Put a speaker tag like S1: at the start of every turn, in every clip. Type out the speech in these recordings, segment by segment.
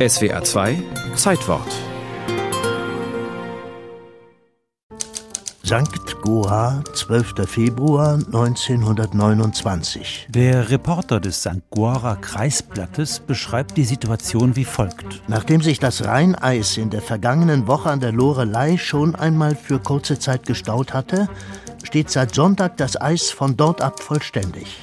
S1: SWR 2 Zeitwort.
S2: Sankt Goa, 12. Februar 1929.
S3: Der Reporter des St. Guara Kreisblattes beschreibt die Situation wie folgt.
S2: Nachdem sich das Rheineis in der vergangenen Woche an der Lorelei schon einmal für kurze Zeit gestaut hatte, steht seit Sonntag das Eis von dort ab vollständig.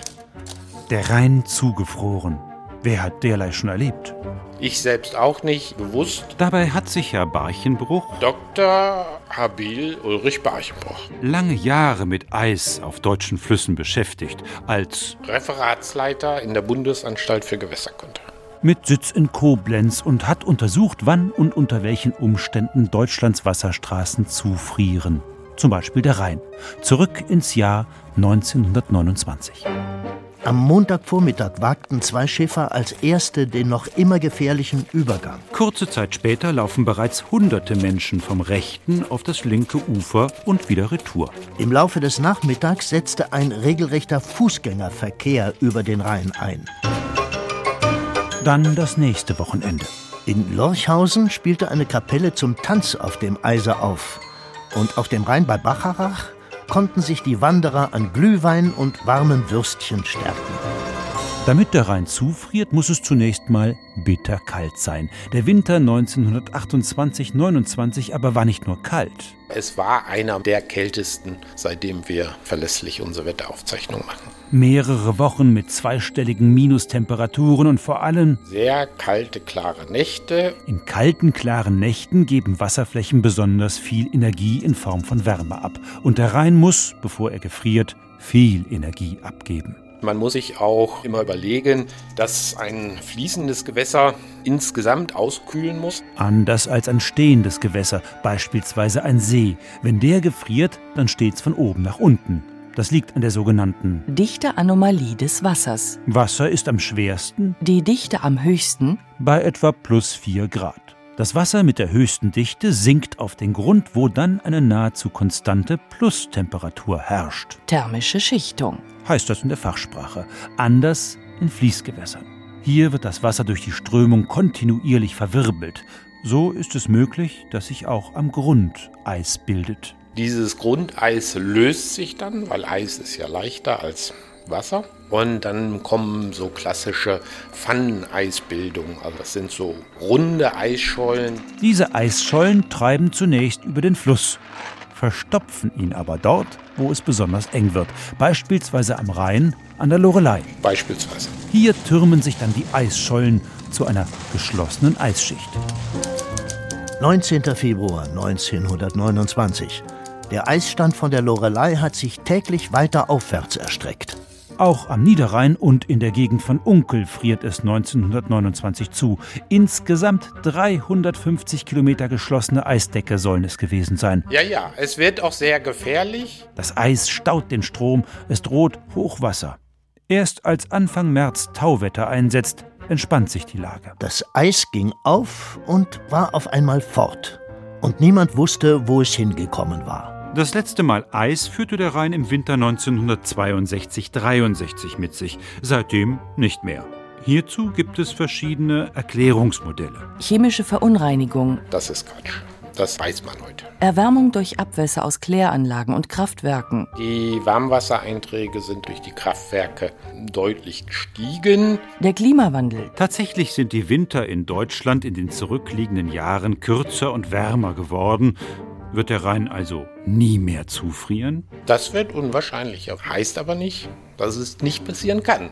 S3: Der Rhein zugefroren. Wer hat derlei schon erlebt?
S4: Ich selbst auch nicht bewusst.
S3: Dabei hat sich Herr Barchenbruch
S4: Dr. Habil Ulrich Barchenbruch,
S3: lange Jahre mit Eis auf deutschen Flüssen beschäftigt, als
S4: Referatsleiter in der Bundesanstalt für Gewässerkunde.
S3: mit Sitz in Koblenz und hat untersucht, wann und unter welchen Umständen Deutschlands Wasserstraßen zufrieren. Zum Beispiel der Rhein. Zurück ins Jahr 1929.
S2: Am Montagvormittag wagten zwei Schiffer als erste den noch immer gefährlichen Übergang.
S3: Kurze Zeit später laufen bereits hunderte Menschen vom rechten auf das linke Ufer und wieder retour.
S2: Im Laufe des Nachmittags setzte ein regelrechter Fußgängerverkehr über den Rhein ein.
S3: Dann das nächste Wochenende.
S2: In Lorchhausen spielte eine Kapelle zum Tanz auf dem Eise auf. Und auf dem Rhein bei Bacharach konnten sich die Wanderer an Glühwein und warmen Würstchen stärken.
S3: Damit der Rhein zufriert, muss es zunächst mal bitterkalt sein. Der Winter 1928-29 aber war nicht nur kalt.
S4: Es war einer der kältesten, seitdem wir verlässlich unsere Wetteraufzeichnung machen.
S3: Mehrere Wochen mit zweistelligen Minustemperaturen und vor allem
S4: Sehr kalte, klare Nächte.
S3: in kalten, klaren Nächten geben Wasserflächen besonders viel Energie in Form von Wärme ab. Und der Rhein muss, bevor er gefriert, viel Energie abgeben.
S4: Man muss sich auch immer überlegen, dass ein fließendes Gewässer insgesamt auskühlen muss.
S3: Anders als ein stehendes Gewässer, beispielsweise ein See. Wenn der gefriert, dann steht's von oben nach unten. Das liegt an der sogenannten
S5: Dichte Anomalie des Wassers.
S3: Wasser ist am schwersten
S5: Die Dichte am höchsten,
S3: bei etwa plus 4 Grad. Das Wasser mit der höchsten Dichte sinkt auf den Grund, wo dann eine nahezu konstante Plustemperatur herrscht.
S5: thermische Schichtung.
S3: heißt das in der Fachsprache. Anders in Fließgewässern. Hier wird das Wasser durch die Strömung kontinuierlich verwirbelt. So ist es möglich, dass sich auch am Grund Eis bildet.
S4: Dieses Grundeis löst sich dann, weil Eis ist ja leichter als Wasser. Und dann kommen so klassische Pfanneneisbildungen. Also das sind so runde Eisschollen.
S3: Diese Eisschollen treiben zunächst über den Fluss, verstopfen ihn aber dort, wo es besonders eng wird, beispielsweise am Rhein an der Lorelei.
S4: Beispielsweise.
S3: Hier türmen sich dann die Eisschollen zu einer geschlossenen Eisschicht.
S2: 19. Februar 1929. Der Eisstand von der Lorelei hat sich täglich weiter aufwärts erstreckt.
S3: Auch am Niederrhein und in der Gegend von Unkel friert es 1929 zu. Insgesamt 350 Kilometer geschlossene Eisdecke sollen es gewesen sein.
S4: Ja, ja, es wird auch sehr gefährlich.
S3: Das Eis staut den Strom, es droht Hochwasser. Erst als Anfang März Tauwetter einsetzt, entspannt sich die Lage.
S2: Das Eis ging auf und war auf einmal fort. Und niemand wusste, wo es hingekommen war.
S3: Das letzte Mal Eis führte der Rhein im Winter 1962-63 mit sich, seitdem nicht mehr. Hierzu gibt es verschiedene Erklärungsmodelle.
S5: Chemische Verunreinigung,
S4: Das ist Quatsch. Das weiß man heute.
S5: Erwärmung durch Abwässer aus Kläranlagen und Kraftwerken,
S4: Die Warmwassereinträge sind durch die Kraftwerke deutlich gestiegen.
S5: der Klimawandel,
S3: Tatsächlich sind die Winter in Deutschland in den zurückliegenden Jahren kürzer und wärmer geworden. Wird der Rhein also nie mehr zufrieren?
S4: Das wird unwahrscheinlicher. Heißt aber nicht, dass es nicht passieren kann.